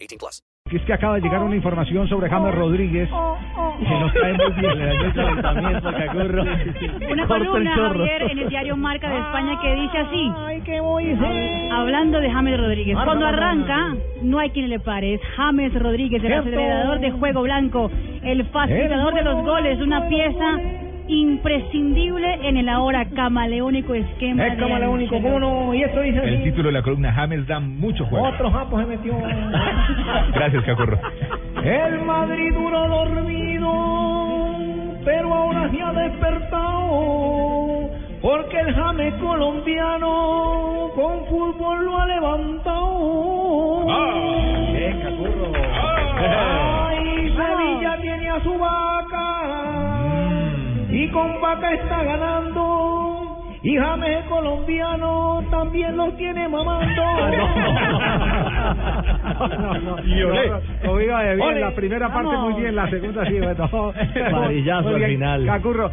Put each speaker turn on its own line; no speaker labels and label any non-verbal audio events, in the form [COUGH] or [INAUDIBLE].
18 plus.
Y es que acaba de llegar una información sobre James Rodríguez que nos trae muy
[LAUGHS]
bien. Le dañó el calentamiento, cacurro.
Una
Corta el
columna,
chorro.
Javier, en el diario Marca de España que dice así,
Ay, qué voy a hacer.
hablando de James Rodríguez.
Ah,
Cuando
no, no, no,
arranca, no hay quien le pare. Es James Rodríguez, el
Cierto.
acelerador de juego blanco, el facilitador de los goles, una pieza imprescindible en el ahora camaleónico esquema.
Es
de
como la único
Ancelotti.
mono. Y esto dice
El
así.
título de la columna James da mucho juego.
Otro japo se metió.
[LAUGHS] Gracias, Cacorro.
El Madrid duró dormido, pero ahora se ha despertado. Porque el James colombiano con fútbol lo ha levantado.
Ah.
¡Qué cacurro! ¡Ay, Sevilla tiene a su vaca!
Mm.
Y con vaca está ganando. Y James el colombiano también los tiene
[LAUGHS]
mamando.
Ah,
[LAUGHS]
Y olé.
Oiga, de bien,
Olé.
la primera parte
Vamos.
[LAUGHS]
muy bien, la segunda sí, bueno.
Varillazo al
Oiga,
final.
Cacurro,